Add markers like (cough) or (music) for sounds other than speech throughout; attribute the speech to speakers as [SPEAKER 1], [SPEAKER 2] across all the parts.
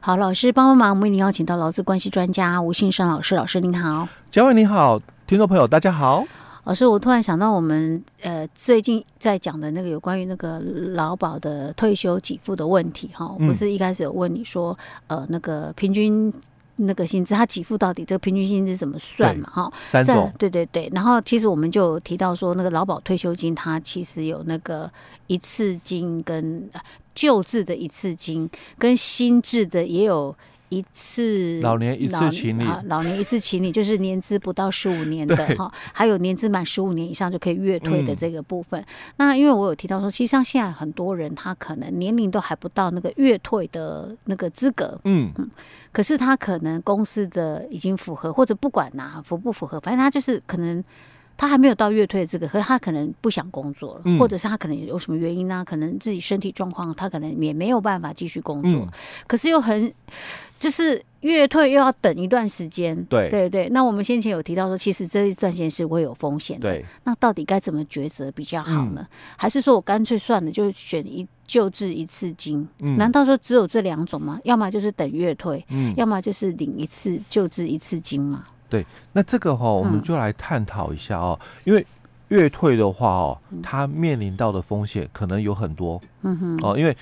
[SPEAKER 1] 好，老师帮帮忙，我们为您邀请到劳资关系专家吴信生老师，老师您好。
[SPEAKER 2] 嘉伟你好，听众朋友大家好。
[SPEAKER 1] 老师，我突然想到我们呃最近在讲的那个有关于那个劳保的退休给付的问题哈，
[SPEAKER 2] 嗯
[SPEAKER 1] 不是一开始有问你说呃那个平均那个薪资，它给付到底这个平均薪资怎么算嘛哈？
[SPEAKER 2] 三
[SPEAKER 1] 在
[SPEAKER 2] 种
[SPEAKER 1] 对对对，然后其实我们就有提到说那个劳保退休金它其实有那个一次金跟呃旧制的一次金跟新制的也有。一次
[SPEAKER 2] 老年一次
[SPEAKER 1] 老
[SPEAKER 2] 请领
[SPEAKER 1] 啊，老年一次请领就是年资不到十五年的
[SPEAKER 2] 对
[SPEAKER 1] 哈，还有年资满十五年以上就可以月退的
[SPEAKER 2] 嗯
[SPEAKER 1] 这个部分。那因为我有提到说，其实像现在很多人他可能年龄都还不到那个月退的那个资格，
[SPEAKER 2] 嗯，
[SPEAKER 1] 可是他可能公司的已经符合，或者不管哪、符不符合，反正他就是可能他还没有到月退这个，可是他可能不想工作了，
[SPEAKER 2] 嗯
[SPEAKER 1] 或者是他可能有什么原因啊，可能自己身体状况，他可能也没有办法继续工作，
[SPEAKER 2] 嗯
[SPEAKER 1] 可是又很就是月退又要等一段时间。
[SPEAKER 2] 对
[SPEAKER 1] 对对，那我们先前有提到说，其实这一段时间是会有风险的。
[SPEAKER 2] 对，嗯
[SPEAKER 1] 那到底该怎么抉择比较好呢？还是说我干脆算了，就选一救治一次金？
[SPEAKER 2] 嗯
[SPEAKER 1] 难道说只有这两种吗？要么就是等月退，
[SPEAKER 2] 嗯，
[SPEAKER 1] 要么就是领一次救治一次金嘛。
[SPEAKER 2] 那这个哈、我
[SPEAKER 1] 嗯
[SPEAKER 2] 们就来探讨一下哦，因为月退的话哦，它面临到的风险可能有很多
[SPEAKER 1] 嗯哼，
[SPEAKER 2] 哦，因为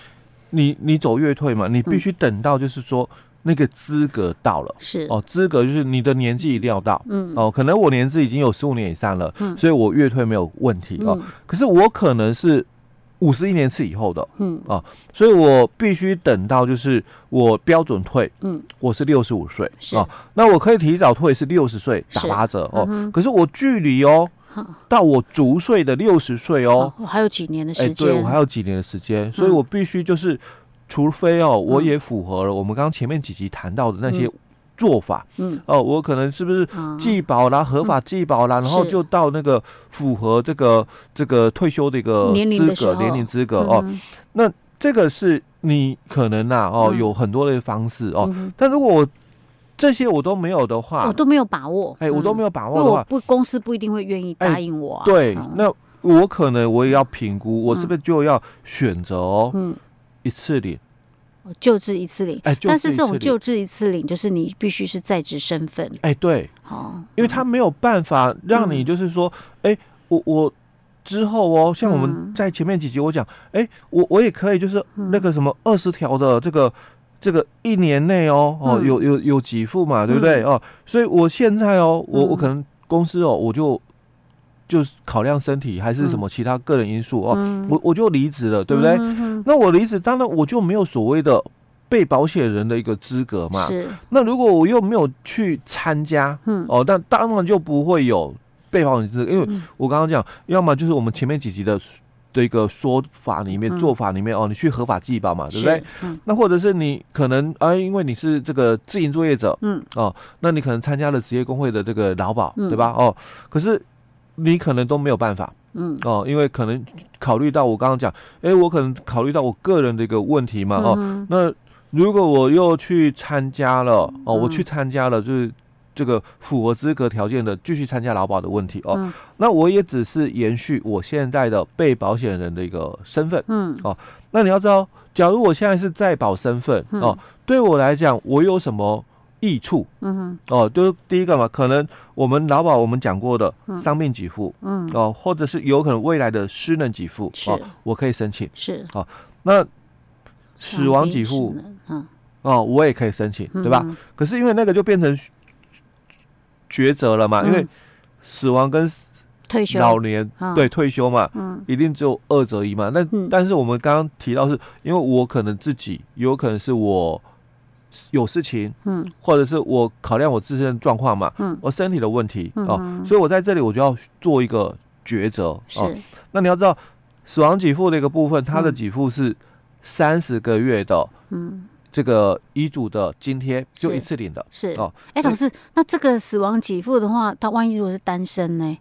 [SPEAKER 2] 你你走月退嘛，你必须等到就是说那个资格到了
[SPEAKER 1] 是，
[SPEAKER 2] 哦，资格就是你的年纪一定要到。
[SPEAKER 1] 嗯
[SPEAKER 2] 哦，可能我年资已经有十五年以上了，
[SPEAKER 1] 嗯
[SPEAKER 2] 所以我月退没有问题哦。
[SPEAKER 1] 嗯
[SPEAKER 2] 可是我可能是五十一年次以后的，哦
[SPEAKER 1] 嗯
[SPEAKER 2] 所以我必须等到就是我标准退，
[SPEAKER 1] 嗯，
[SPEAKER 2] 我是六十五岁
[SPEAKER 1] 是
[SPEAKER 2] 哦，那我可以提早退是六十岁打
[SPEAKER 1] 是
[SPEAKER 2] 八折哦
[SPEAKER 1] 嗯，哼
[SPEAKER 2] 可是我距离哦
[SPEAKER 1] 好，
[SPEAKER 2] 到我足岁的六十岁哦
[SPEAKER 1] 哦，，我还有几年的
[SPEAKER 2] 哎、
[SPEAKER 1] 时间，
[SPEAKER 2] 对我还有几年的时间，所以
[SPEAKER 1] 嗯
[SPEAKER 2] 我必须就是，除非哦我
[SPEAKER 1] 嗯
[SPEAKER 2] 也符合了我们刚刚前面几集谈到的那些
[SPEAKER 1] 嗯
[SPEAKER 2] 做法、
[SPEAKER 1] 嗯
[SPEAKER 2] 哦，我可能是不是
[SPEAKER 1] 啊，
[SPEAKER 2] 既保啦，合法既保啦，然
[SPEAKER 1] 嗯
[SPEAKER 2] 后
[SPEAKER 1] 是
[SPEAKER 2] 就到那个符合这个这个退休的一个
[SPEAKER 1] 年龄的
[SPEAKER 2] 资
[SPEAKER 1] 时候
[SPEAKER 2] 格、年龄资格
[SPEAKER 1] 嗯
[SPEAKER 2] 哦，
[SPEAKER 1] 哼
[SPEAKER 2] 这个是你可能呐、哦、
[SPEAKER 1] 嗯
[SPEAKER 2] 有很多的方式哦，
[SPEAKER 1] 嗯哼
[SPEAKER 2] 但如果我这些我都没有的
[SPEAKER 1] 我
[SPEAKER 2] 话，
[SPEAKER 1] 哦都没有把握，
[SPEAKER 2] 哦啊哎，我都
[SPEAKER 1] 嗯
[SPEAKER 2] 没有把
[SPEAKER 1] 因为
[SPEAKER 2] 握的
[SPEAKER 1] 我
[SPEAKER 2] 话，哎
[SPEAKER 1] 不公司不一定会愿意答应我啊。
[SPEAKER 2] 对
[SPEAKER 1] 嗯，
[SPEAKER 2] 那我可能我也要评估，我是不是就要选择哦
[SPEAKER 1] 嗯，
[SPEAKER 2] 一次领，
[SPEAKER 1] 我救治一次领，
[SPEAKER 2] 哎，就
[SPEAKER 1] 但是
[SPEAKER 2] 一
[SPEAKER 1] 这
[SPEAKER 2] 次
[SPEAKER 1] 种
[SPEAKER 2] 领
[SPEAKER 1] 救治一次领，就是你必须是在职身份
[SPEAKER 2] 哎对，
[SPEAKER 1] 哦，
[SPEAKER 2] 因为他没有办法让
[SPEAKER 1] 嗯
[SPEAKER 2] 你就是说，哎、我我之后哦，像我
[SPEAKER 1] 嗯
[SPEAKER 2] 们在前面几集我讲，哎、我我也可以就是那个什么二十条的这个。这个一年内哦，哦，
[SPEAKER 1] 嗯
[SPEAKER 2] 有有有给付嘛，对不对？哦，所以我现在哦，
[SPEAKER 1] 嗯
[SPEAKER 2] 我我可能公司哦，我就就是考量身体还是什么其他个人因素哦，
[SPEAKER 1] 嗯
[SPEAKER 2] 我我就离职了，对不对？
[SPEAKER 1] 嗯哼
[SPEAKER 2] 那我离职，当然我就没有所谓的被保险人的一个资格嘛。
[SPEAKER 1] 是，
[SPEAKER 2] 那如果我又没有去参加，
[SPEAKER 1] 嗯
[SPEAKER 2] 哦，那当然就不会有被保险资格，因为
[SPEAKER 1] 嗯
[SPEAKER 2] 我刚刚讲，要么就是我们前面几集的这个说法里面、
[SPEAKER 1] 嗯
[SPEAKER 2] 做法里面哦，你去合法寄保嘛，对不对
[SPEAKER 1] 是？，嗯
[SPEAKER 2] 那或者是你可能哎，因为你是这个自营作业者，
[SPEAKER 1] 嗯，
[SPEAKER 2] 哦，那你可能参加了职业工会的这个劳保，
[SPEAKER 1] 嗯
[SPEAKER 2] 对吧？哦，可是你可能都没有办法
[SPEAKER 1] 嗯
[SPEAKER 2] 哦，因为可能考虑到我刚刚讲，哎，我可能考虑到我个人的一个问题嘛，哦，
[SPEAKER 1] 嗯哼
[SPEAKER 2] 那如果我又去参加了哦，我
[SPEAKER 1] 嗯
[SPEAKER 2] 去参加了，就是这个符合资格条件的，继续参加劳保的问题哦，
[SPEAKER 1] 嗯
[SPEAKER 2] 那我也只是延续我现在的被保险人的一个身份。
[SPEAKER 1] 嗯
[SPEAKER 2] 那你要知道，假如我现在是在保身份
[SPEAKER 1] 嗯
[SPEAKER 2] 哦，对我来讲，我有什么益处
[SPEAKER 1] 嗯哼
[SPEAKER 2] 哦？就是第一个嘛，可能我们劳保我们讲过的
[SPEAKER 1] 嗯
[SPEAKER 2] 伤病给付
[SPEAKER 1] 嗯，
[SPEAKER 2] 哦，或者是有可能未来的失能给付
[SPEAKER 1] 是
[SPEAKER 2] 哦，我可以申请。
[SPEAKER 1] 是
[SPEAKER 2] 那死亡给，
[SPEAKER 1] 想
[SPEAKER 2] 付
[SPEAKER 1] 必是呢嗯，
[SPEAKER 2] 哦，我也可以申请，对吧？
[SPEAKER 1] 嗯？
[SPEAKER 2] 可是因为那个就变成抉择了嘛，因为
[SPEAKER 1] 嗯
[SPEAKER 2] 死亡跟
[SPEAKER 1] 退休
[SPEAKER 2] 老年
[SPEAKER 1] 啊，
[SPEAKER 2] 对退休嘛，
[SPEAKER 1] 嗯
[SPEAKER 2] 一定只有二择一嘛。那
[SPEAKER 1] 嗯
[SPEAKER 2] 但是我们刚刚提到是，因为我可能自己有可能是我有事情，
[SPEAKER 1] 嗯
[SPEAKER 2] 或者是我考量我自身的状况嘛，
[SPEAKER 1] 嗯
[SPEAKER 2] 我身体的问题
[SPEAKER 1] 嗯
[SPEAKER 2] 哦，
[SPEAKER 1] 哼
[SPEAKER 2] 所以我在这里我就要做一个抉择哦。
[SPEAKER 1] 是
[SPEAKER 2] 那你要知道，死亡给付的一个部分，它的
[SPEAKER 1] 嗯
[SPEAKER 2] 给付是三十个月的哦
[SPEAKER 1] 嗯
[SPEAKER 2] 这个遗嘱的津贴，就是一次领的。
[SPEAKER 1] 是
[SPEAKER 2] 哦，
[SPEAKER 1] 哎，
[SPEAKER 2] 所以
[SPEAKER 1] 老师，那这个死亡给付的话，他万一如果是单身呢？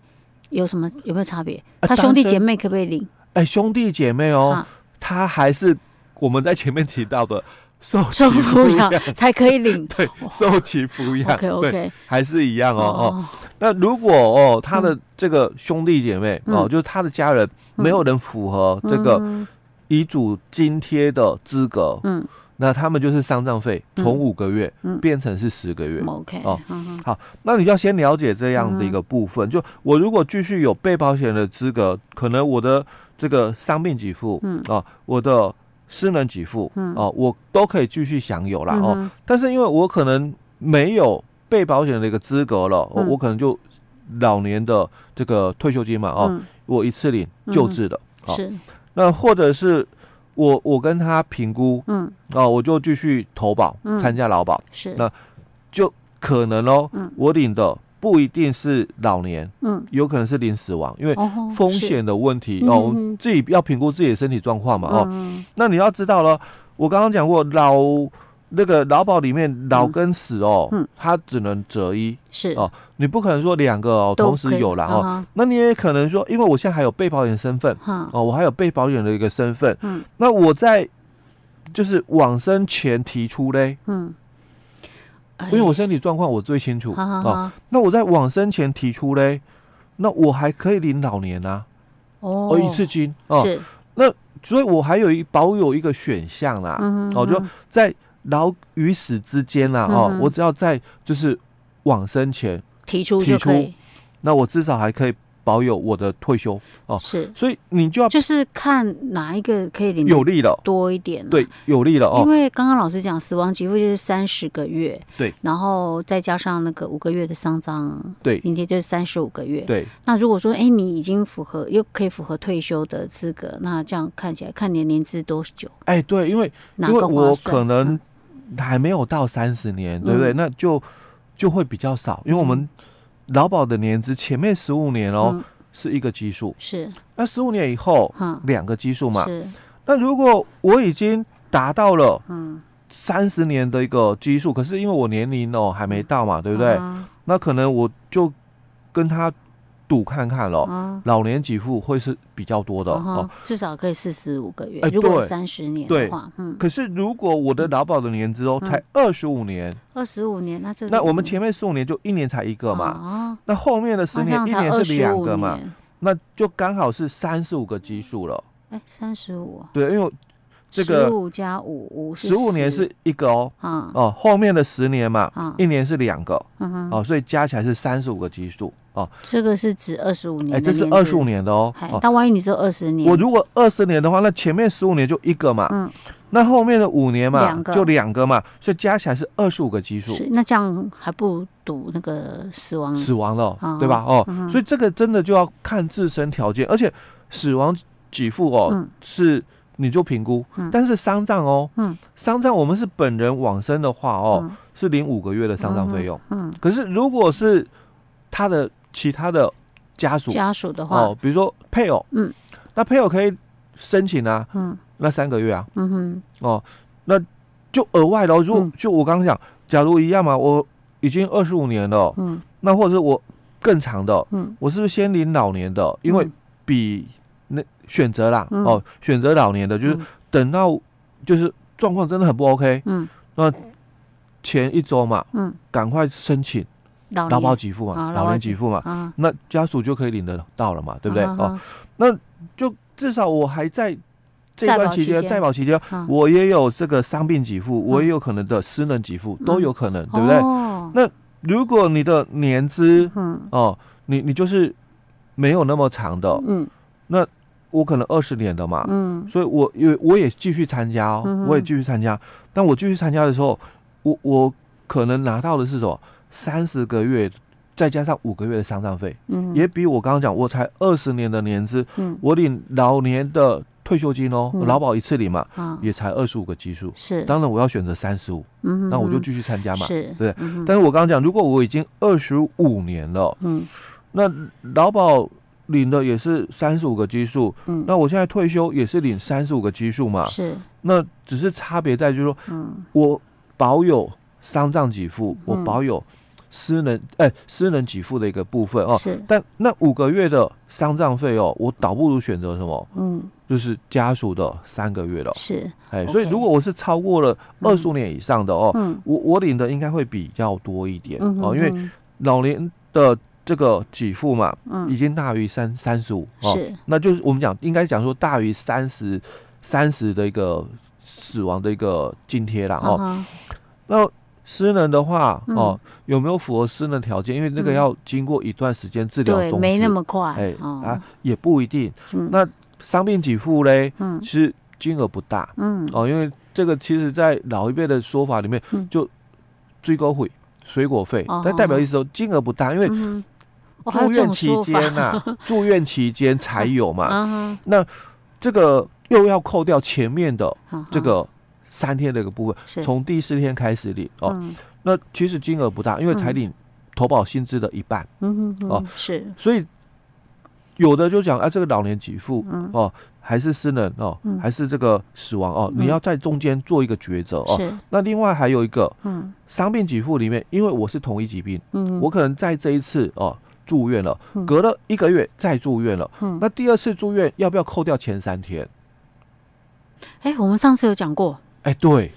[SPEAKER 1] 有什么有没有差别？
[SPEAKER 2] 啊
[SPEAKER 1] 他兄弟
[SPEAKER 2] 单
[SPEAKER 1] 姐
[SPEAKER 2] 身
[SPEAKER 1] 妹可不可以领？
[SPEAKER 2] 哎，兄弟姐妹哦
[SPEAKER 1] 啊，
[SPEAKER 2] 他还是我们在前面提到
[SPEAKER 1] (laughs)
[SPEAKER 2] 的受
[SPEAKER 1] 受
[SPEAKER 2] 其
[SPEAKER 1] 不
[SPEAKER 2] 抚
[SPEAKER 1] 了
[SPEAKER 2] 养，
[SPEAKER 1] 才可以领。
[SPEAKER 2] (laughs) 对，受其抚养，
[SPEAKER 1] OK
[SPEAKER 2] 对，
[SPEAKER 1] OK，
[SPEAKER 2] 还是一样哦哦。，那如果哦，他的这个兄弟姐妹哦，
[SPEAKER 1] 嗯
[SPEAKER 2] 就是他的家人没有人符合这个
[SPEAKER 1] 哦嗯
[SPEAKER 2] 遗嘱津贴的资格，
[SPEAKER 1] 嗯
[SPEAKER 2] 那他们就是丧葬费从
[SPEAKER 1] 嗯
[SPEAKER 2] 五个月
[SPEAKER 1] 嗯
[SPEAKER 2] 变成是十个月。
[SPEAKER 1] ，OK，
[SPEAKER 2] 哦
[SPEAKER 1] 嗯哼
[SPEAKER 2] 那你就要先了解这样的一
[SPEAKER 1] 嗯
[SPEAKER 2] 个部分。就我如果继续有被保险的资格，可能我的这个伤病给付，
[SPEAKER 1] 嗯
[SPEAKER 2] 哦、我的失能给付，
[SPEAKER 1] 嗯
[SPEAKER 2] 哦、我都可以继续享有啦。哦、
[SPEAKER 1] 嗯哼
[SPEAKER 2] 但是因为我可能没有被保险的一个资格了，我
[SPEAKER 1] 嗯
[SPEAKER 2] 我可能就老年的这个退休金嘛，哦、
[SPEAKER 1] 嗯
[SPEAKER 2] 我一次领
[SPEAKER 1] 嗯
[SPEAKER 2] 救治的，好、
[SPEAKER 1] 是，
[SPEAKER 2] 那或者是我我跟他评估
[SPEAKER 1] 嗯，
[SPEAKER 2] 哦、我就继续投保
[SPEAKER 1] 嗯
[SPEAKER 2] 参加劳保，
[SPEAKER 1] 是，
[SPEAKER 2] 那可能哦，
[SPEAKER 1] 嗯
[SPEAKER 2] 我领的不一定是老年，
[SPEAKER 1] 嗯，
[SPEAKER 2] 有可能是领死亡，因为
[SPEAKER 1] 哦，
[SPEAKER 2] 风
[SPEAKER 1] 是，
[SPEAKER 2] 险的问题
[SPEAKER 1] 嗯
[SPEAKER 2] 哦，
[SPEAKER 1] 嗯
[SPEAKER 2] 我们
[SPEAKER 1] 嗯
[SPEAKER 2] 自己要评估自己的身体状况嘛哦。
[SPEAKER 1] 嗯，
[SPEAKER 2] 那你要知道了，我刚刚讲过老那个劳保里面老跟死哦，
[SPEAKER 1] 嗯
[SPEAKER 2] 它只能择一，
[SPEAKER 1] 是，
[SPEAKER 2] 哦你不可能说两个哦
[SPEAKER 1] 都
[SPEAKER 2] 同时
[SPEAKER 1] 可以
[SPEAKER 2] 有啦哦。，
[SPEAKER 1] 啊
[SPEAKER 2] 那你也可能说，因为我现在还有被保险身份
[SPEAKER 1] 哈，哈
[SPEAKER 2] 哦，我还有被保险的一个身份，
[SPEAKER 1] 嗯
[SPEAKER 2] 那我在就是往生前提出嘞，
[SPEAKER 1] 嗯，
[SPEAKER 2] 因为我
[SPEAKER 1] 哎
[SPEAKER 2] 身体状况我最清楚
[SPEAKER 1] 好好
[SPEAKER 2] 哦
[SPEAKER 1] 好，
[SPEAKER 2] 那我在往生前提出嘞，那我还可以领老年啊，
[SPEAKER 1] 哦
[SPEAKER 2] 哦，一次金哦，
[SPEAKER 1] 是，
[SPEAKER 2] 所以我还有一保有一个选项啦，
[SPEAKER 1] 嗯哼，
[SPEAKER 2] 哦，就
[SPEAKER 1] 嗯
[SPEAKER 2] 在老与死之间啦，哦
[SPEAKER 1] 嗯，哼
[SPEAKER 2] 我只要在就是往生前，
[SPEAKER 1] 提出
[SPEAKER 2] 提
[SPEAKER 1] 就可
[SPEAKER 2] 出
[SPEAKER 1] 以，
[SPEAKER 2] 那我至少还可以保有我的退休，哦
[SPEAKER 1] 是，
[SPEAKER 2] 所以你就要
[SPEAKER 1] 就是看哪一个可以领
[SPEAKER 2] 有
[SPEAKER 1] 的
[SPEAKER 2] 利了，
[SPEAKER 1] 多一点，啊
[SPEAKER 2] 对，，有利了
[SPEAKER 1] 嗯因
[SPEAKER 2] 哦，
[SPEAKER 1] 为刚刚老师讲死亡给付就是三十个月，
[SPEAKER 2] 对，
[SPEAKER 1] 然后再加上那个五个月的丧葬
[SPEAKER 2] 对
[SPEAKER 1] 津贴就是三十五个月。
[SPEAKER 2] 对，
[SPEAKER 1] 那如果说哎你已经符合又可以符合退休的资格，那这样看起来看年龄制多久，
[SPEAKER 2] 哎对，因为
[SPEAKER 1] 哪
[SPEAKER 2] 因为
[SPEAKER 1] 个划
[SPEAKER 2] 我
[SPEAKER 1] 算？
[SPEAKER 2] 可能
[SPEAKER 1] 嗯
[SPEAKER 2] 还没有到三十年，对不对？
[SPEAKER 1] 嗯
[SPEAKER 2] 那就就会比较少，因为我们劳保的年资前面十五年哦
[SPEAKER 1] 嗯
[SPEAKER 2] 是一个基数，
[SPEAKER 1] 是
[SPEAKER 2] 那十五年以后
[SPEAKER 1] 哈
[SPEAKER 2] 两个基数嘛。
[SPEAKER 1] 是
[SPEAKER 2] 那如果我已经达到了
[SPEAKER 1] 嗯
[SPEAKER 2] 三十年的一个基数，可是因为我年龄哦还没到嘛，对不对？
[SPEAKER 1] 嗯
[SPEAKER 2] 那可能我就跟他赌看看咯，
[SPEAKER 1] 嗯
[SPEAKER 2] 老年给付会是比较多的
[SPEAKER 1] 嗯哼
[SPEAKER 2] 哦。
[SPEAKER 1] 至少可以四十五个月
[SPEAKER 2] 哎，
[SPEAKER 1] 如果
[SPEAKER 2] 对
[SPEAKER 1] 三十年
[SPEAKER 2] 对
[SPEAKER 1] 的话，嗯，
[SPEAKER 2] 可是如果我的劳保的年资哦
[SPEAKER 1] 嗯
[SPEAKER 2] 才二十五年，
[SPEAKER 1] 二十五年那这
[SPEAKER 2] 那我们前面十五年就一年才一个嘛，
[SPEAKER 1] 嘛，
[SPEAKER 2] 那后面的十
[SPEAKER 1] 那这
[SPEAKER 2] 年
[SPEAKER 1] 样
[SPEAKER 2] 一
[SPEAKER 1] 嗯才
[SPEAKER 2] 年是两
[SPEAKER 1] 25
[SPEAKER 2] 个嘛，
[SPEAKER 1] 年，
[SPEAKER 2] 那就刚好是三十五个基数了。
[SPEAKER 1] 哎，三十五，
[SPEAKER 2] 对，因为这个
[SPEAKER 1] 五加五五
[SPEAKER 2] 十五年是一个哦，
[SPEAKER 1] 啊
[SPEAKER 2] 哦，后面的十年嘛，
[SPEAKER 1] 啊
[SPEAKER 2] 一年是两个
[SPEAKER 1] 嗯哼，
[SPEAKER 2] 哦，所以加起来是三十五个基数哦。
[SPEAKER 1] 这个是指二十五年，
[SPEAKER 2] 哎，这是二十五，年的哦。
[SPEAKER 1] 哎，
[SPEAKER 2] 哦，
[SPEAKER 1] 但万一你是二十年，
[SPEAKER 2] 我如果二十年的话，那前面十五年就一个嘛，
[SPEAKER 1] 嗯
[SPEAKER 2] 那后面的五年嘛
[SPEAKER 1] 两个
[SPEAKER 2] 就两个嘛，所以加起来是二十五个基数。
[SPEAKER 1] 是那这样还不赌那个死亡，
[SPEAKER 2] 死亡了，
[SPEAKER 1] 哦
[SPEAKER 2] 对吧？哦，
[SPEAKER 1] 嗯
[SPEAKER 2] 所以这个真的就要看自身条件，而且死亡给付哦、
[SPEAKER 1] 嗯
[SPEAKER 2] 是你就评估，
[SPEAKER 1] 嗯
[SPEAKER 2] 但是丧葬哦，
[SPEAKER 1] 嗯
[SPEAKER 2] 丧葬我们是本人往生的话哦，
[SPEAKER 1] 嗯
[SPEAKER 2] 是领五个月的丧葬费用。
[SPEAKER 1] 嗯，
[SPEAKER 2] 可是如果是他的其他的家属
[SPEAKER 1] 家属的话，
[SPEAKER 2] 哦，比如说配偶，
[SPEAKER 1] 嗯，
[SPEAKER 2] 那配偶可以申请啊，
[SPEAKER 1] 嗯
[SPEAKER 2] 那三个月啊，
[SPEAKER 1] 嗯哼，
[SPEAKER 2] 哦，那就额外咯。如果、
[SPEAKER 1] 嗯
[SPEAKER 2] 就我刚刚讲，假如一样嘛，我已经二十五年了，
[SPEAKER 1] 嗯
[SPEAKER 2] 那或者是我更长的，
[SPEAKER 1] 嗯，
[SPEAKER 2] 我是不是先领老年的？因为比那选择啦，
[SPEAKER 1] 嗯
[SPEAKER 2] 哦，选择老年的，就是
[SPEAKER 1] 嗯
[SPEAKER 2] 等到就是状况真的很不 OK，
[SPEAKER 1] 嗯
[SPEAKER 2] 前一周嘛，
[SPEAKER 1] 嗯，
[SPEAKER 2] 赶快申请
[SPEAKER 1] 老
[SPEAKER 2] 劳保
[SPEAKER 1] 年
[SPEAKER 2] 给付嘛，
[SPEAKER 1] 啊
[SPEAKER 2] 老
[SPEAKER 1] 劳保
[SPEAKER 2] 年
[SPEAKER 1] 给
[SPEAKER 2] 给付嘛，
[SPEAKER 1] 啊，
[SPEAKER 2] 那家属就可以领得到了嘛，对不对？哦，
[SPEAKER 1] 啊？
[SPEAKER 2] 就至少我还在这
[SPEAKER 1] 在
[SPEAKER 2] 段
[SPEAKER 1] 保
[SPEAKER 2] 期
[SPEAKER 1] 期
[SPEAKER 2] 间，
[SPEAKER 1] 间
[SPEAKER 2] 在保期间，
[SPEAKER 1] 啊
[SPEAKER 2] 我也有这个伤病给付，我也有可能的失能给付，都
[SPEAKER 1] 嗯
[SPEAKER 2] 有可能，对不对？
[SPEAKER 1] 哦
[SPEAKER 2] 如果你的年资
[SPEAKER 1] 嗯
[SPEAKER 2] 哦，你你就是没有那么长的，
[SPEAKER 1] 嗯
[SPEAKER 2] 我可能二十年的嘛，
[SPEAKER 1] 嗯，
[SPEAKER 2] 所以我也我也继续参加哦，
[SPEAKER 1] 嗯哼
[SPEAKER 2] 我也继续参加。但我继续参加的时候，我我可能拿到的是什么？三十个月再加上五个月的丧葬费，
[SPEAKER 1] 嗯
[SPEAKER 2] 也比我刚刚讲我才二十年的年资，
[SPEAKER 1] 嗯
[SPEAKER 2] 我领老年的退休金哦，
[SPEAKER 1] 嗯
[SPEAKER 2] 劳保一次领嘛，
[SPEAKER 1] 啊
[SPEAKER 2] 也才二十五个基数。
[SPEAKER 1] 是，
[SPEAKER 2] 当然我要选择三十五，
[SPEAKER 1] 嗯哼
[SPEAKER 2] 那我就
[SPEAKER 1] 哼
[SPEAKER 2] 继续参加嘛。
[SPEAKER 1] 是
[SPEAKER 2] 对，
[SPEAKER 1] 嗯哼
[SPEAKER 2] 但是我刚刚讲，如果我已经二十五年了，
[SPEAKER 1] 嗯
[SPEAKER 2] 那劳保领的也是三十五个基数，
[SPEAKER 1] 嗯
[SPEAKER 2] 那我现在退休也是领三十五个基数嘛，
[SPEAKER 1] 是
[SPEAKER 2] 那只是差别在就是说
[SPEAKER 1] 嗯
[SPEAKER 2] 我保有丧葬给付，我
[SPEAKER 1] 嗯
[SPEAKER 2] 保有私人哎、私人给付的一个部分哦。
[SPEAKER 1] 是
[SPEAKER 2] 但那五个月的丧葬费哦，我倒不如选择什么，
[SPEAKER 1] 嗯
[SPEAKER 2] 就是家属的三个月了。
[SPEAKER 1] 是
[SPEAKER 2] 哎，
[SPEAKER 1] OK
[SPEAKER 2] 所以如果我是超过了二十年以上的哦，
[SPEAKER 1] 嗯
[SPEAKER 2] 我我领的应该会比较多一点
[SPEAKER 1] 嗯
[SPEAKER 2] 哦，
[SPEAKER 1] 哼
[SPEAKER 2] 因为
[SPEAKER 1] 哼
[SPEAKER 2] 老年的这个给付嘛，已
[SPEAKER 1] 嗯
[SPEAKER 2] 经大于三三十五哦，
[SPEAKER 1] 是
[SPEAKER 2] 那就是我们讲应该讲说大于三十三十的一个死亡的一个津贴啦哦。
[SPEAKER 1] 哦，
[SPEAKER 2] 那失能的话
[SPEAKER 1] 嗯
[SPEAKER 2] 哦，有没有符合失能条件？因为那
[SPEAKER 1] 嗯
[SPEAKER 2] 个要经过一段时间治疗
[SPEAKER 1] 对，
[SPEAKER 2] 终
[SPEAKER 1] 没
[SPEAKER 2] 止
[SPEAKER 1] 那，么快，
[SPEAKER 2] 哎
[SPEAKER 1] 哦
[SPEAKER 2] 啊，也不一定。
[SPEAKER 1] 嗯
[SPEAKER 2] 那伤病给付嘞，
[SPEAKER 1] 嗯
[SPEAKER 2] 其实金额不大
[SPEAKER 1] 嗯，
[SPEAKER 2] 哦，因为这个其实，在老一辈的说法里面
[SPEAKER 1] 嗯，
[SPEAKER 2] 就追沟费、水果费
[SPEAKER 1] 哦，
[SPEAKER 2] 但代表意思说金额不大，因为
[SPEAKER 1] 嗯哦还有
[SPEAKER 2] 住
[SPEAKER 1] 这
[SPEAKER 2] 院
[SPEAKER 1] 种
[SPEAKER 2] 期
[SPEAKER 1] 说法
[SPEAKER 2] 间呐、 (laughs) 住院期间才有
[SPEAKER 1] (laughs)
[SPEAKER 2] 嘛。
[SPEAKER 1] 啊
[SPEAKER 2] 那这个又要扣掉前面的
[SPEAKER 1] 哈，
[SPEAKER 2] 这
[SPEAKER 1] 哈
[SPEAKER 2] 个三天的一个部分，
[SPEAKER 1] 是
[SPEAKER 2] 从第四天开始领哦。
[SPEAKER 1] 嗯
[SPEAKER 2] 那其实金额不大，因为才
[SPEAKER 1] 嗯
[SPEAKER 2] 领投保薪资的一半，
[SPEAKER 1] 嗯嗯
[SPEAKER 2] 哦
[SPEAKER 1] 嗯是
[SPEAKER 2] 所以有的就讲啊，这个老年给付
[SPEAKER 1] 嗯
[SPEAKER 2] 哦，还是私人哦
[SPEAKER 1] 嗯，
[SPEAKER 2] 还是这个死亡哦，
[SPEAKER 1] 嗯
[SPEAKER 2] 你要在中间做一个抉择哦。
[SPEAKER 1] 是
[SPEAKER 2] 那另外还有一个
[SPEAKER 1] 嗯
[SPEAKER 2] 伤病给付里面，因为我是同一疾病，
[SPEAKER 1] 嗯
[SPEAKER 2] 我可能在这一次哦住院了
[SPEAKER 1] 嗯，
[SPEAKER 2] 隔了一个月再住院了。
[SPEAKER 1] 嗯
[SPEAKER 2] 那第二次住院要不要扣掉前三天？
[SPEAKER 1] 哎我们上次有讲过，
[SPEAKER 2] 哎，对，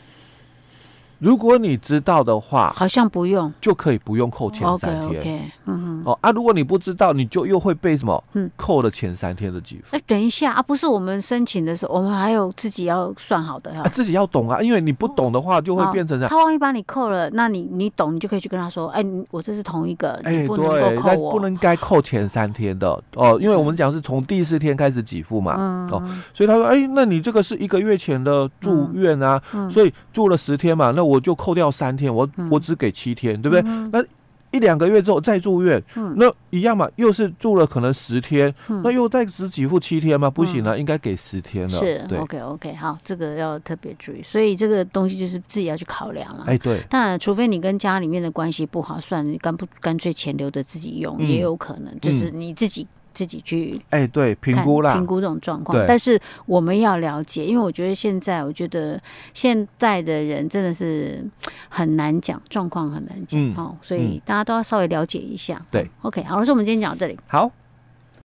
[SPEAKER 2] 如果你知道的话，
[SPEAKER 1] 好哦像不用
[SPEAKER 2] 就可以不用扣前
[SPEAKER 1] OK
[SPEAKER 2] 三天。
[SPEAKER 1] OK 嗯嗯
[SPEAKER 2] 哦啊，如果你不知道，你就又会被什么？
[SPEAKER 1] 嗯
[SPEAKER 2] 扣了前三天的给付
[SPEAKER 1] 哎等一下啊不是我们申请的时候我们还有自己要算好的哈
[SPEAKER 2] 啊，。自己要懂啊，因为你不懂的话，就会
[SPEAKER 1] 哦
[SPEAKER 2] 变成这样。
[SPEAKER 1] 他万一把你扣了，那你你懂，你就可以去跟他说，哎，你我这是同一个，
[SPEAKER 2] 哎，
[SPEAKER 1] 你不能
[SPEAKER 2] 对，
[SPEAKER 1] 够扣
[SPEAKER 2] 那
[SPEAKER 1] 我，
[SPEAKER 2] 不能该扣前三天的哦，因为我们讲是从第四天开始给付嘛，
[SPEAKER 1] 嗯
[SPEAKER 2] 哦所以他说，哎，那你这个是一个月前的住院啊，
[SPEAKER 1] 嗯
[SPEAKER 2] 所以住了十天嘛，那我就扣掉三天，我、
[SPEAKER 1] 嗯
[SPEAKER 2] 我只给七天，对不对？
[SPEAKER 1] 嗯
[SPEAKER 2] 那一两个月之后再住院，
[SPEAKER 1] 嗯
[SPEAKER 2] 那一样嘛，又是住了可能十天，
[SPEAKER 1] 嗯
[SPEAKER 2] 那又再只给付七天嘛，不行了，啊应该给十天了。
[SPEAKER 1] 是
[SPEAKER 2] 对，
[SPEAKER 1] OK OK，好，这个要特别注意，所以这个东西就是自己要去考量了。
[SPEAKER 2] 哎，对，
[SPEAKER 1] 当然，除非你跟家里面的关系不好，算你干不干脆钱留着自己用，
[SPEAKER 2] 嗯
[SPEAKER 1] 也有可能，就是你自己、自己去
[SPEAKER 2] 哎，对，评
[SPEAKER 1] 看
[SPEAKER 2] 估啦
[SPEAKER 1] 评，估这种状况
[SPEAKER 2] 对。
[SPEAKER 1] 但是我们要了解，因为我觉得现在，我觉得现在的人真的是很难讲，状况很难讲、
[SPEAKER 2] 嗯
[SPEAKER 1] 哦，所以大家都要稍微了解一下。
[SPEAKER 2] 对
[SPEAKER 1] ，OK，好，老师，我们今天讲到这里。
[SPEAKER 2] 好，